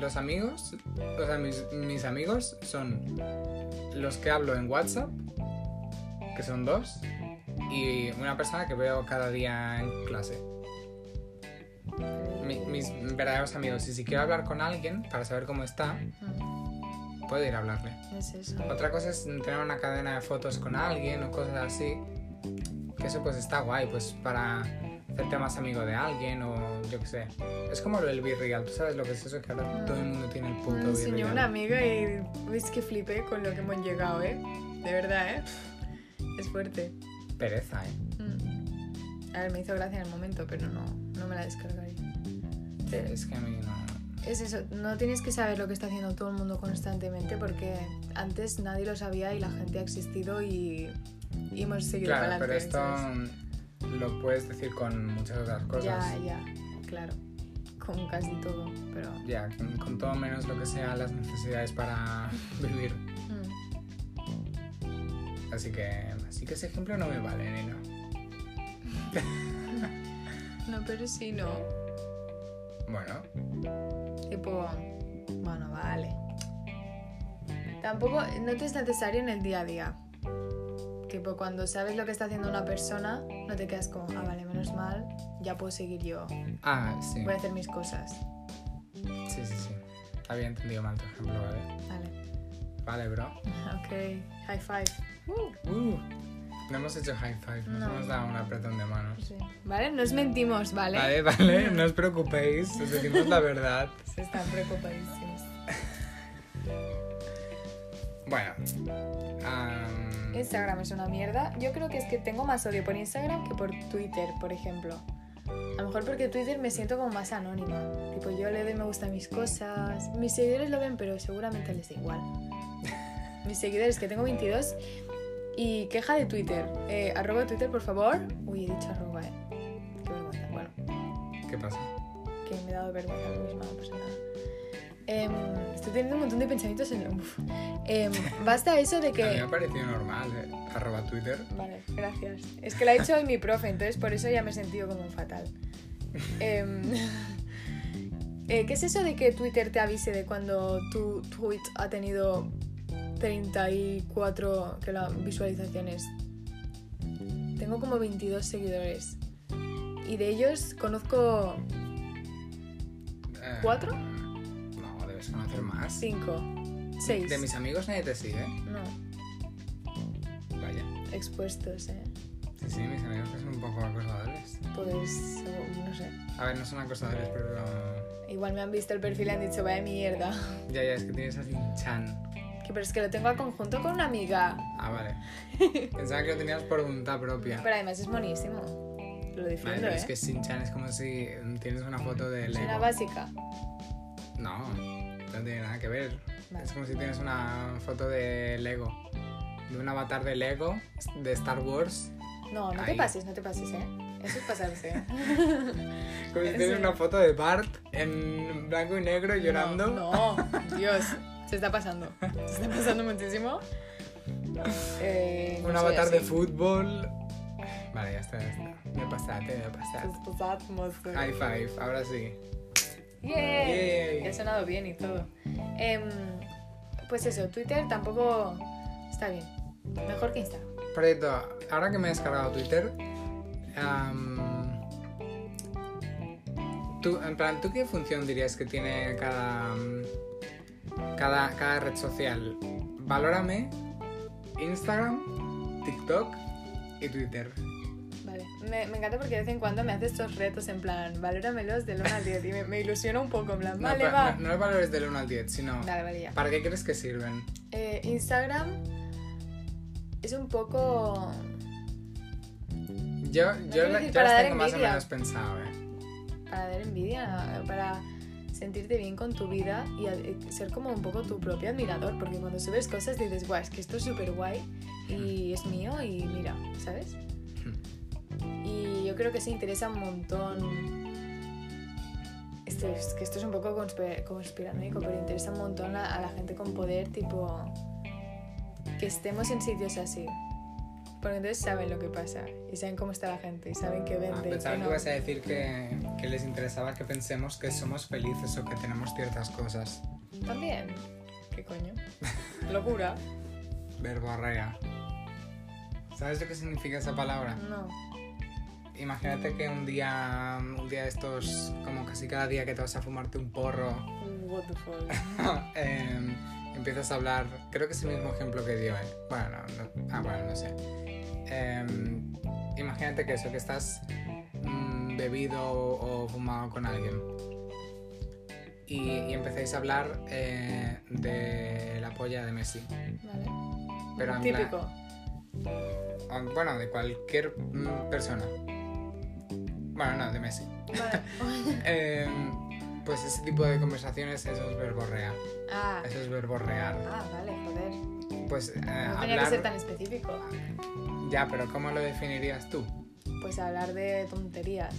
S1: Los amigos, o sea, mis, mis amigos son los que hablo en WhatsApp, que son dos, y una persona que veo cada día en clase. Mi- mis verdaderos amigos. Y si quiero hablar con alguien para saber cómo está,
S2: Mm,
S1: puedo ir a hablarle.
S2: Es eso.
S1: Otra cosa es tener una cadena de fotos con alguien o cosas así. Que eso pues está guay, pues para hacerte más amigo de alguien o yo qué sé. Es como lo del virreal, tú sabes lo que es eso que ahora
S2: Mm.
S1: todo el mundo tiene el
S2: Me
S1: punto
S2: enseñó
S1: virreal.
S2: una amiga y ves que flipé con lo que hemos llegado, ¿eh? De verdad, ¿eh? Es fuerte.
S1: Pereza, eh.
S2: Mm. A ver, me hizo gracia en el momento, pero no, no me la descargaría. Te-
S1: Es que a mí no.
S2: Es eso, no tienes que saber lo que está haciendo todo el mundo constantemente porque antes nadie lo sabía y la gente ha existido y, y hemos seguido
S1: Claro,
S2: para
S1: pero
S2: adelante.
S1: esto
S2: ¿sabes?
S1: mm, lo puedes decir con muchas otras cosas.
S2: Ya, ya, claro. Con casi todo, pero.
S1: Ya, con- con todo menos lo que sea las necesidades para vivir.
S2: mm.
S1: Así que, así que ese ejemplo no me vale, Nena.
S2: No, pero sí, no.
S1: Bueno,
S2: Tipo, bueno, vale. Tampoco, no te es necesario en el día a día. Tipo, cuando sabes lo que está haciendo una persona, no te quedas como, ah, vale, menos mal, ya puedo seguir yo,
S1: ah, sí.
S2: voy a hacer mis cosas.
S1: Sí, sí, sí. Había entendido mal tu ejemplo, ¿vale?
S2: Vale,
S1: Vale, bro.
S2: ok, high five. Uh,
S1: Uh, no hemos hecho high five, nos
S2: No.
S1: hemos dado un apretón de manos.
S2: sí. Vale, nos mentimos, ¿vale?
S1: Vale, vale, no os preocupéis, os decimos la verdad.
S2: Se están preocupadísimos.
S1: Bueno, am,
S2: Instagram es una mierda. Yo creo que es que tengo más odio por Instagram que por Twitter, por ejemplo. A lo mejor porque Twitter me siento como más anónima. Tipo, yo le doy me gusta a mis cosas. Mis seguidores lo ven, pero seguramente les da igual. Mis seguidores, que tengo 22. Y queja de Twitter. Eh, arroba Twitter, por favor. Uy, he dicho arroba, eh. Qué vergüenza. Bueno,
S1: ¿qué pasa?
S2: que me he dado vergüenza a mí misma, no pasa nada. Em, estoy teniendo un montón de pensamientos en... Uf. Em, basta eso de que...
S1: A mí me ha parecido normal, ¿eh? Arroba Twitter.
S2: Vale, gracias. Es que la ha hecho hoy mi profe, entonces por eso ya me he sentido como un fatal. Em, eh, ¿Qué es eso de que Twitter te avise de cuando tu tweet ha tenido 34 que la- visualizaciones? Tengo como 22 seguidores. Y de ellos conozco
S1: Eh,
S2: ¿Cuatro?
S1: No, debes conocer más.
S2: 5, 6.
S1: De mis amigos nadie te sigue.
S2: No,
S1: Vaya.
S2: expuestos, ¿eh?
S1: Sí, sí, mis amigos que son un poco acosadores.
S2: Pues, no sé.
S1: A ver, no son acosadores, pero...
S2: Igual me han visto el perfil y han dicho, vaya mierda.
S1: Ya, ya, es que tienes así un chan.
S2: Que, pero es que lo tengo al conjunto con una amiga.
S1: Ah, vale. Pensaba que lo tenías por voluntad propia.
S2: Pero además es monísimo. Lo
S1: Vale,
S2: defiendo,
S1: pero
S2: ¿eh?
S1: es que Shin-chan es como si tienes una foto de
S2: es una
S1: Lego.
S2: básica.
S1: No, no tiene nada que ver.
S2: Vale.
S1: Es como si tienes una foto de Lego. De un avatar de Lego, de Star Wars.
S2: No, no te
S1: Ahí.
S2: pases, no te pases, ¿eh? Eso es pasarse. ¿eh?
S1: Como si
S2: En
S1: tienes
S2: serio.
S1: una foto de Bart en blanco y negro llorando.
S2: No, no, Dios. Se está pasando. Se está pasando muchísimo. Eh,
S1: Un avatar de fútbol. Vale, ya está, ya está. Me pasaste, me pasaste. High
S2: fútbol.
S1: five, ahora sí.
S2: ¡Yay!
S1: Yay.
S2: Ha sonado bien y todo. Em, pues eso, Twitter tampoco está bien. Mejor que Instagram.
S1: Por cierto, ahora que me he descargado Twitter, am, tú, en plan, ¿tú qué función dirías que tiene cada, am, cada, cada red social? Valórame, Instagram, TikTok y Twitter.
S2: Vale, me, me encanta porque de vez en cuando me hace estos retos en plan, valóramelos del 1 al 10 y me, me ilusiona un poco, en plan,
S1: No,
S2: vale,
S1: pero-
S2: va.
S1: no, no los valores del 1 al 10, sino
S2: Vale, vale, ya.
S1: ¿para qué crees que sirven?
S2: Eh, Instagram, es un poco...
S1: Yo, yo,
S2: quiero
S1: la-
S2: decir
S1: yo
S2: para
S1: las
S2: dar
S1: tengo más o
S2: envidia.
S1: menos pensado, ¿eh?
S2: para dar envidia, para sentirte bien con tu vida y ad- ser como un poco tu propio admirador, porque cuando subes cosas dices, guau, es que esto es súper guay
S1: Hmm.
S2: y es mío y mira, ¿sabes?
S1: Hmm.
S2: Y yo creo que se interesa un montón. Esto es que esto es un poco conspe- conspiranoico, pero interesa un montón a, a la gente con poder, tipo. que estemos en sitios así. Porque entonces saben lo que pasa y saben cómo está la gente y saben qué
S1: Ah,
S2: vende.
S1: pensaba
S2: qué
S1: que
S2: no.
S1: ibas a decir que, que les interesaba que pensemos que somos felices o que tenemos ciertas cosas.
S2: También. ¿Qué coño? Locura.
S1: Verborrea. ¿Sabes lo que significa esa palabra?
S2: No.
S1: Imagínate que un día, un día de estos, como casi cada día que te vas a fumarte un porro,
S2: What the fuck.
S1: em, empiezas a hablar, creo que es el mismo ejemplo que dio, ¿eh? Bueno, no, ah, bueno, no sé. Em, imagínate que eso, que estás mm, bebido o, o fumado con alguien. Y, y empezáis a hablar eh, de la polla de Messi.
S2: Vale.
S1: Pero en plan-
S2: Típico.
S1: o, Ah, bueno, de cualquier mm, persona. Bueno, no, de Messi.
S2: Vale.
S1: Em, pues ese tipo de conversaciones, eso es verborrea.
S2: Ah.
S1: Eso es verborrear.
S2: Ah, vale, joder. No
S1: Pues eh,
S2: tenía que
S1: hablar.
S2: ser tan específico.
S1: Ya, pero ¿cómo lo definirías tú?
S2: Pues hablar de tonterías.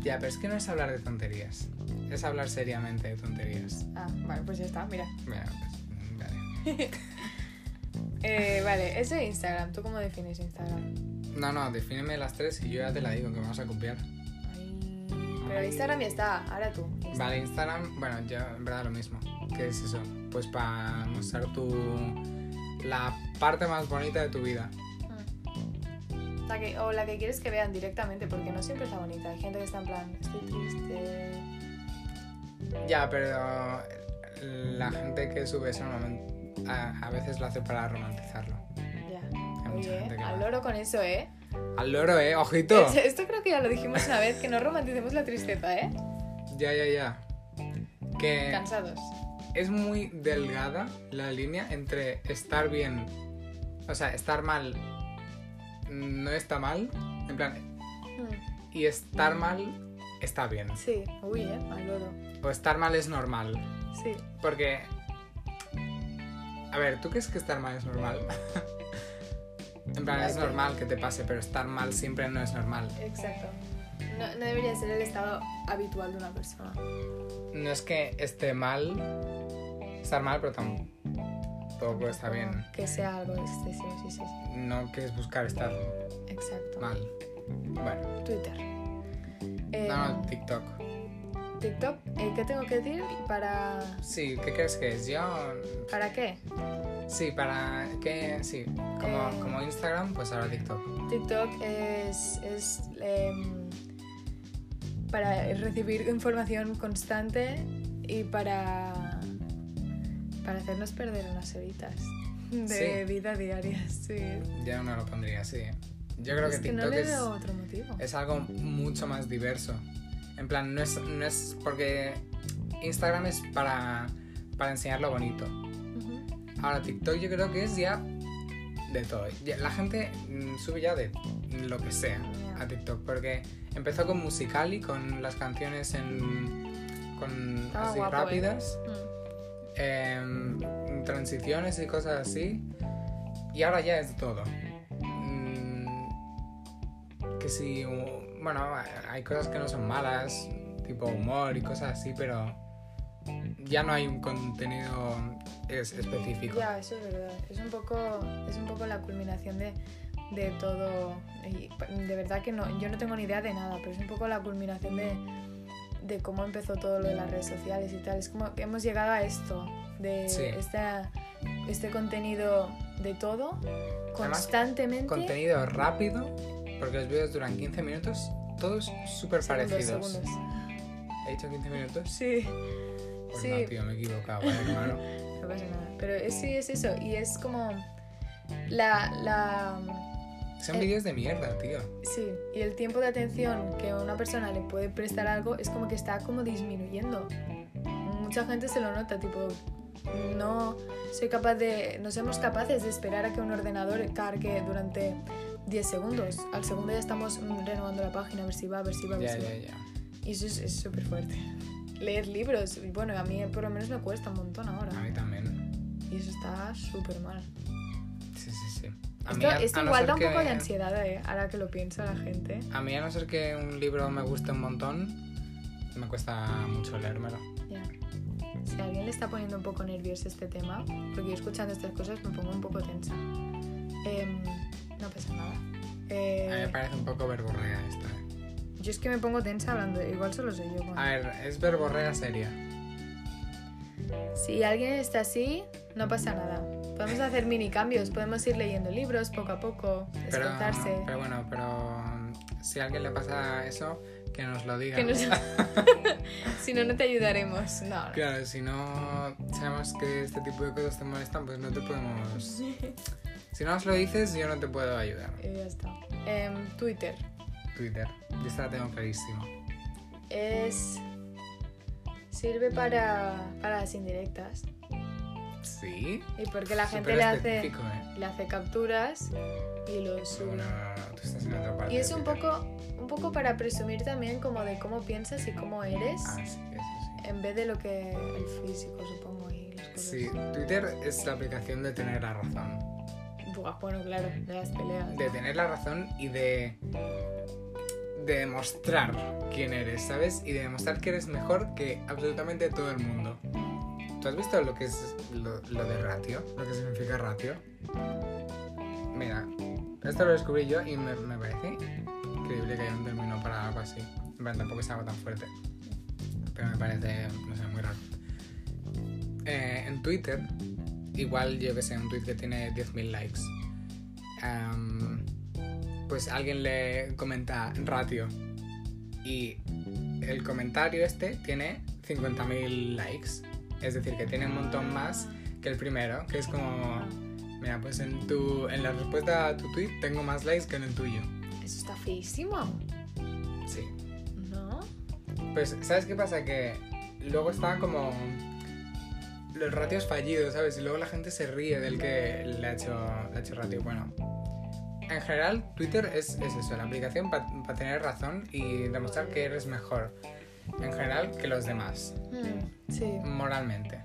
S1: Ya, pero es que no es hablar de tonterías. Es hablar seriamente de tonterías.
S2: Ah, vale, pues ya está, mira.
S1: Mira, pues, mm, vale.
S2: Eh, vale, eso es Instagram. ¿Tú cómo defines Instagram?
S1: No, no, defíneme las tres y yo ya te la digo que me vas a copiar.
S2: Ay, Pero Instagram ya está, ahora tú. Insta-
S1: Vale, Instagram, bueno, yo en verdad lo mismo. ¿Qué es eso? Pues para mostrar tu. la parte más bonita de tu vida.
S2: Mm. La que, o la que quieres que vean directamente, porque no siempre es la bonita. Hay gente que está en plan, estoy triste.
S1: Ya, pero. la gente que sube eso normalmente. A, a veces lo hace para romantizarlo.
S2: Ya.
S1: Hay mucha
S2: Oye,
S1: gente que. lo
S2: al
S1: hace.
S2: loro con eso, ¿eh?
S1: Al loro, eh, ojito.
S2: Es- Esto creo que ya lo dijimos una vez, que no romanticemos la tristeza, ¿eh?
S1: Ya, ya, ya. Que
S2: Cansados.
S1: es muy delgada la línea entre estar bien, o sea, estar mal no está mal, en plan,
S2: Mm,
S1: y estar mal está bien.
S2: Sí, uy, ¿eh? Al loro.
S1: O estar mal es normal.
S2: Sí.
S1: Porque... A ver, ¿tú crees que estar mal es normal? en plan, es normal que te pase, pero estar mal siempre no es normal.
S2: Exacto. No, no debería ser el estado habitual de una persona.
S1: No es que esté mal, estar mal, pero tampoco está bien.
S2: Que sea algo excesivo, sí, sí,
S1: No quieres buscar estar
S2: sí. Exacto.
S1: mal. Bueno,
S2: Twitter. Eh,
S1: no, no, TikTok.
S2: TikTok, eh, ¿qué tengo que decir? ¿Para,
S1: Sí, ¿qué crees que es? Yo.
S2: ¿para qué?
S1: Sí, para. que Sí, como,
S2: Eh.
S1: como Instagram, pues ahora TikTok.
S2: TikTok es, es em, para recibir información constante y para, para hacernos perder unas horitas de
S1: Sí.
S2: vida diaria. Sí.
S1: Yo no lo pondría así. ¿eh? Yo creo
S2: es
S1: que
S2: que no
S1: TikTok
S2: le
S1: es,
S2: veo otro motivo.
S1: es algo mucho más diverso. En plan, no es, no es. Porque Instagram es para, para enseñar lo bonito.
S2: Ujú.
S1: Ahora TikTok yo creo que es ya de todo. Ya- La gente mm, sube ya de lo que sea
S2: Ya.
S1: a TikTok porque empezó con musical y con las canciones en con
S2: Estaba
S1: así
S2: guapo, ¿eh?
S1: rápidas,
S2: Mm.
S1: em, transiciones y cosas así. Y ahora ya es de todo. Mm, que si u- bueno, hay cosas que no son malas, tipo humor y cosas así, pero ya no hay un contenido es- específico.
S2: Ya, eso es verdad. Es un poco, es un poco la culminación de, de todo. Y pa- de verdad que no, yo no tengo ni idea de nada, pero es un poco la culminación de, de cómo empezó todo lo de las redes sociales y tal. Es como que hemos llegado a esto, de
S1: Sí.
S2: esta- este contenido de todo, constantemente.
S1: contenido rápido, porque los vídeos duran 15 minutos, todos súper
S2: Segundos,
S1: parecidos.
S2: segundos.
S1: ¿He dicho 15 minutos?
S2: Sí,
S1: Pues
S2: sí.
S1: no, tío, me he equivocado, vale, hermano.
S2: No pasa nada. Pero es- sí, es eso. Y es como la- la
S1: Son
S2: Eh.
S1: vídeos de mierda, tío.
S2: Sí, y el tiempo de atención que una persona le puede prestar a algo es como que está como disminuyendo. Mucha gente se lo nota, tipo, no soy capaz de. No somos capaces de esperar a que un ordenador cargue durante 10 segundos. Al segundo ya estamos mm, renovando la página, a ver si va, a ver si va, a ver
S1: Ya,
S2: si va.
S1: ya, ya.
S2: Y eso es es súper fuerte. Leer libros, bueno, a mí por lo menos me cuesta un montón
S1: A
S2: ahora.
S1: mí también.
S2: Y eso está súper mal.
S1: Sí, sí, sí. A mí,
S2: Esto,
S1: a-
S2: esto
S1: a no
S2: igual
S1: ser
S2: da un
S1: que-
S2: poco de ansiedad, eh, ahora que lo piensa la gente.
S1: A mí, a no ser que un libro me guste un montón, me cuesta mucho leérmelo.
S2: Ya. Si a alguien le está poniendo un poco nervioso este tema, porque yo escuchando estas cosas me pongo un poco tensa. Em, no pasa nada. Eh,
S1: A mí me parece un poco verborrea esto. eh.
S2: yo es que me pongo tensa hablando, igual solo soy yo. bueno.
S1: A ver, es verborrea seria.
S2: Si alguien está así, no pasa nada. Podemos hacer mini cambios, podemos ir leyendo libros poco a poco,
S1: Pero,
S2: esforzarse.
S1: pero bueno, pero mm, si a alguien le pasa eso, que nos lo diga.
S2: Que nos- si no, no te ayudaremos. No, no.
S1: Claro, si no sabemos que este tipo de cosas te molestan, pues no te podemos... Si no nos lo dices, yo no te puedo ayudar.
S2: Y ya está. Em, Twitter.
S1: Twitter. Yo esta la tengo clarísima.
S2: Es. Sirve para, para las indirectas.
S1: ¿Sí?
S2: Y porque la gente
S1: Súper
S2: le hace,
S1: específico, ¿eh?
S2: le hace capturas y lo sube.
S1: Bueno, tú estás en otra parte.
S2: Y es
S1: de
S2: un
S1: Twitter.
S2: poco, un poco para presumir también como de cómo piensas y cómo eres,
S1: Ah, sí, eso
S2: en vez de lo que el físico, supongo, y las cosas.
S1: sí. Sí, Twitter es la aplicación de tener la razón.
S2: Buah, bueno, claro, de las peleas.
S1: De tener la razón y de... De demostrar quién eres, ¿sabes? Y de demostrar que eres mejor que absolutamente todo el mundo. ¿Tú has visto lo que es lo, lo de ratio? Lo que significa ratio. Mira, esto lo descubrí yo y me, me parece increíble que haya un término para algo así. En plan, tampoco es algo tan fuerte. Pero me parece, no sé, muy raro. Eh, en Twitter, igual yo que sé, un tweet que tiene 10.000 likes. Am, pues alguien le comenta ratio. Y el comentario este tiene 50.000 likes. Es decir, que tiene un montón más que el primero, que es como, mira, pues en, tu, en la respuesta a tu tweet tengo más likes que en el tuyo.
S2: Eso está feísimo,
S1: Sí.
S2: ¿no?
S1: Pues, ¿sabes qué pasa? Que luego está como los ratios fallidos, ¿sabes? Y luego la gente se ríe del que le ha hecho, le ha hecho ratio. Bueno, en general, Twitter es, es eso, la aplicación para tener razón y demostrar que eres mejor. En general, que los demás.
S2: Mm, sí,
S1: Moralmente,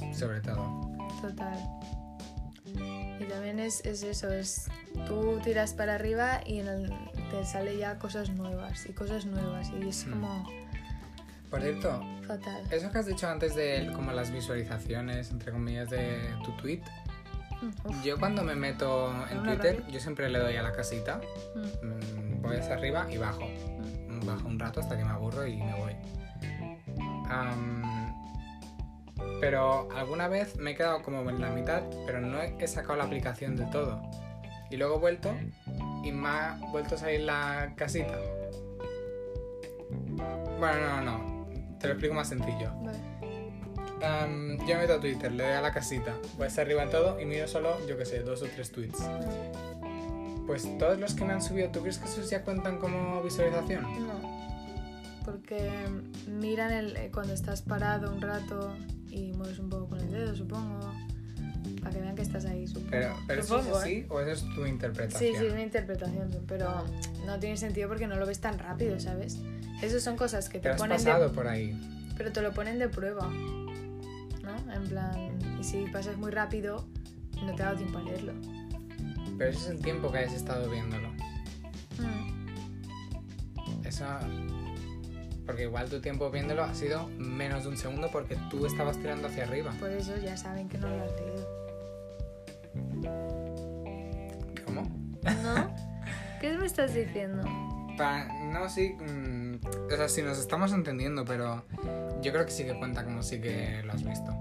S2: mm,
S1: sobre todo.
S2: total. Y también es, es eso, es tú tiras para arriba y en el- te sale ya cosas nuevas y cosas nuevas y es
S1: Mm.
S2: como
S1: Por cierto,
S2: fatal.
S1: eso que has dicho antes de como las visualizaciones, entre comillas, de tu tweet.
S2: Mm, uf,
S1: Yo cuando me meto en
S2: Una
S1: Twitter,
S2: rabia.
S1: yo siempre le doy a la casita
S2: mm.
S1: Mm, voy hacia arriba y bajo. Bajo un rato hasta que me aburro y me voy. Am, pero alguna vez me he quedado como en la mitad, pero no he he sacado la aplicación del todo. Y luego he vuelto y me ha vuelto a salir la casita. Bueno, no, no, no. Te lo explico más sencillo.
S2: Vale.
S1: Am, yo me meto a Twitter, le doy a la casita, voy hacia arriba en todo y miro solo, yo qué sé, dos o tres tweets. Pues todos los que me han subido, ¿tú crees que esos ya cuentan como visualización?
S2: No, porque miran el, eh, cuando estás parado un rato y mueves un poco con el dedo, supongo, para que vean que estás ahí, supongo.
S1: Pero, pero eso es
S2: Supongo,
S1: así o eso es tu
S2: Sí,
S1: interpretación.
S2: ¿eh? sí, es una interpretación, pero no tiene sentido porque no lo ves tan rápido, ¿sabes? Esas son cosas que
S1: Te
S2: te
S1: has
S2: ponen
S1: pasado
S2: de,
S1: por ahí.
S2: pero te lo ponen de prueba, ¿no? En plan, y si pasas muy rápido, no te ha dado tiempo a leerlo.
S1: Pero eso es el tiempo que has estado viéndolo.
S2: Mm.
S1: Eso. Porque igual tu tiempo viéndolo ha sido menos de un segundo porque tú estabas tirando hacia arriba.
S2: Por eso ya saben que no lo has leído,
S1: ¿Cómo?
S2: ¿no? ¿Qué me estás diciendo?
S1: Pa- no, sí. mm, o sea, sí nos estamos entendiendo, pero yo creo que sí que cuenta como sí que lo has visto.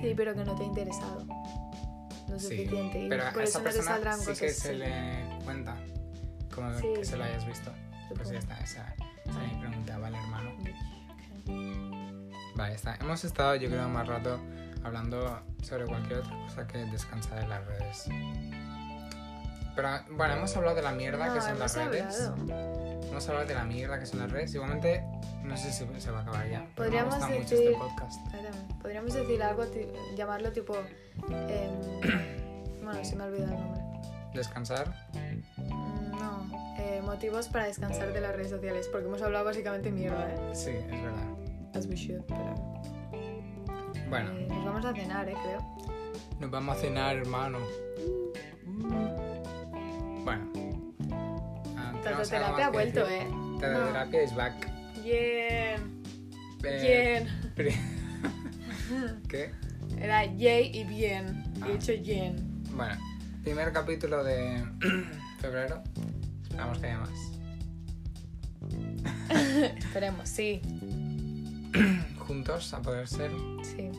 S2: Sí, pero que no te ha interesado. Lo
S1: Sí,
S2: suficiente. y
S1: Pero
S2: por
S1: a
S2: eso
S1: esa
S2: no te
S1: persona
S2: saldrán
S1: sí
S2: cosas.
S1: que se
S2: así,
S1: le cuenta como
S2: Sí.
S1: que se lo hayas visto. Pues ya
S2: supongo.
S1: está, esa, esa es mi pregunta, ¿vale, hermano?
S2: Mm.
S1: Vale, está. Hemos estado, yo creo, más rato hablando sobre cualquier otra cosa que descansa de las redes. Pero, bueno, hemos hablado de la mierda
S2: No,
S1: que son
S2: hemos
S1: las redes.
S2: hablado.
S1: Vamos a hablar de la mierda que son las redes. Igualmente, no sé si se va a acabar ya. pero
S2: Podríamos
S1: me gusta mucho
S2: decir-
S1: este podcast.
S2: Espérame, Podríamos decir algo, ti- llamarlo tipo. em, bueno, se me ha olvidado el nombre.
S1: Descansar.
S2: Mm, No, eh, motivos para descansar de las redes sociales, porque hemos hablado básicamente mierda, ¿eh?
S1: Sí, es verdad.
S2: As we should, pero.
S1: Bueno,
S2: eh, nos vamos a cenar, ¿eh? Creo.
S1: nos vamos a cenar, hermano. Bueno. Ah, tenemos algo más
S2: Tatoterapia ha
S1: que
S2: vuelto,
S1: decir.
S2: ¿eh?
S1: Tatoterapia is back.
S2: Bien.
S1: Eh,
S2: Bien.
S1: pri- ¿Qué?
S2: Era yay y bien.
S1: Ah.
S2: He dicho bien.
S1: Bueno, primer capítulo de febrero. Esperamos que haya más.
S2: Esperemos, sí.
S1: Juntos, a poder ser.
S2: Sí.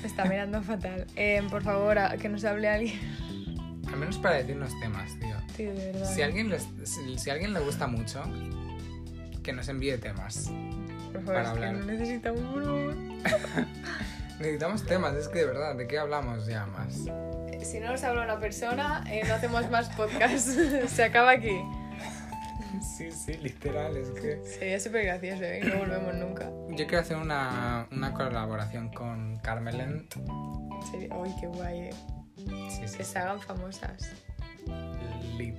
S2: Me está mirando fatal. Em, por favor, a- que nos hable alguien.
S1: Al menos para decirnos temas, tío.
S2: Tío, de verdad.
S1: Si a alguien, les- si, si a alguien le gusta mucho, que nos envíe temas.
S2: Por favor,
S1: para
S2: es que
S1: hablar.
S2: no necesitamos, por favor.
S1: Necesitamos temas, es que de verdad, ¿de qué hablamos ya más?
S2: Eh, Si no nos habla una persona, eh, no hacemos más podcast. Se acaba aquí.
S1: Sí, sí, literal, es que...
S2: Sería súper gracioso, ¿eh? No volvemos nunca.
S1: Yo quiero hacer una, una colaboración con Carmelent.
S2: Sería... Uy, qué guay, eh.
S1: Sí, sí,
S2: Que se hagan famosas.
S1: lit.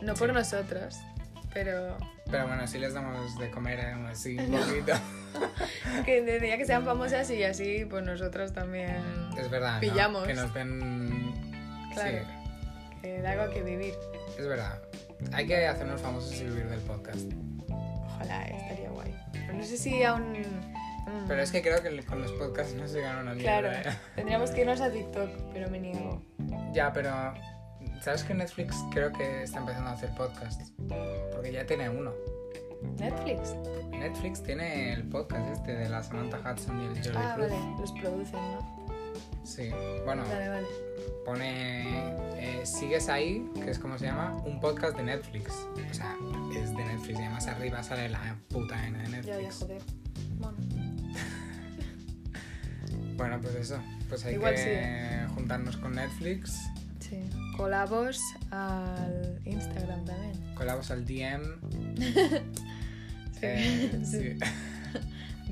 S2: No por nosotros, pero...
S1: Pero bueno, sí les damos de comer eh, así un poquito.
S2: Que decía que sean famosas y así, pues nosotros también...
S1: Es verdad. ¿no?
S2: Pillamos.
S1: Que nos den.
S2: Claro. Que Eh, algo que vivir.
S1: Sí, es verdad.
S2: Mm.
S1: Hay que hacernos famosos y vivir del podcast.
S2: Ojalá, eh, estaría guay. Pero no sé si aún... mm,
S1: Pero es que creo que con los podcasts no se gana una
S2: Claro,
S1: mierda. ¿eh?
S2: tendríamos que irnos a TikTok, pero me niego.
S1: Ya, pero. ¿Sabes que Netflix creo que está empezando a hacer podcasts? Porque ya tiene uno.
S2: Netflix.
S1: Netflix tiene el podcast este de la Samantha Hudson y el Jordi
S2: Ah,
S1: Cruz.
S2: vale, los producen, ¿no?
S1: Sí. Bueno,
S2: Vale, vale.
S1: pone eh, Sigues ahí, que es como se llama, un podcast de Netflix. O sea, es de Netflix y además arriba sale la puta N de
S2: Ya, ya,
S1: Netflix.
S2: joder. Bueno.
S1: Bueno, pues eso. Pues hay
S2: Igual
S1: que
S2: sí, ¿eh?
S1: juntarnos con Netflix,
S2: Sí. Colabos al Instagram también.
S1: colabos al DM.
S2: Sí.
S1: eh, sí.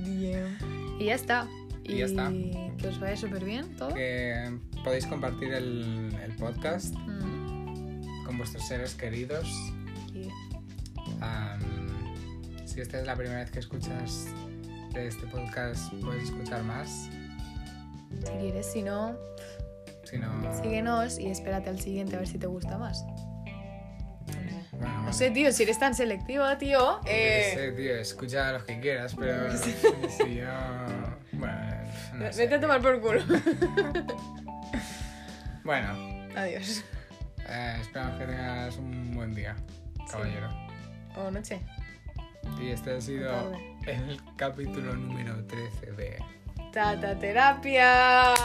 S2: Bien. Y ya está.
S1: Y ya está.
S2: Que os vaya súper bien todo.
S1: Que podéis compartir el, el podcast
S2: Mm.
S1: con vuestros seres queridos.
S2: Y-
S1: Am, si esta es la primera vez que escuchas de este podcast, puedes escuchar más.
S2: si quieres, si no,
S1: Si no.
S2: síguenos y espérate al siguiente a ver si te gusta más.
S1: Bueno,
S2: No sé, tío, si eres tan selectivo, tío.
S1: Eh...
S2: eh,
S1: sé, tío, escucha a los que quieras, pero si yo... Bueno, no sé.
S2: Vete a tomar por culo.
S1: Bueno,
S2: Adiós.
S1: eh, esperamos que tengas un buen día, caballero.
S2: O noche.
S1: Y este ha sido
S2: Tarde.
S1: el capítulo número 13 de...
S2: Tata terapia.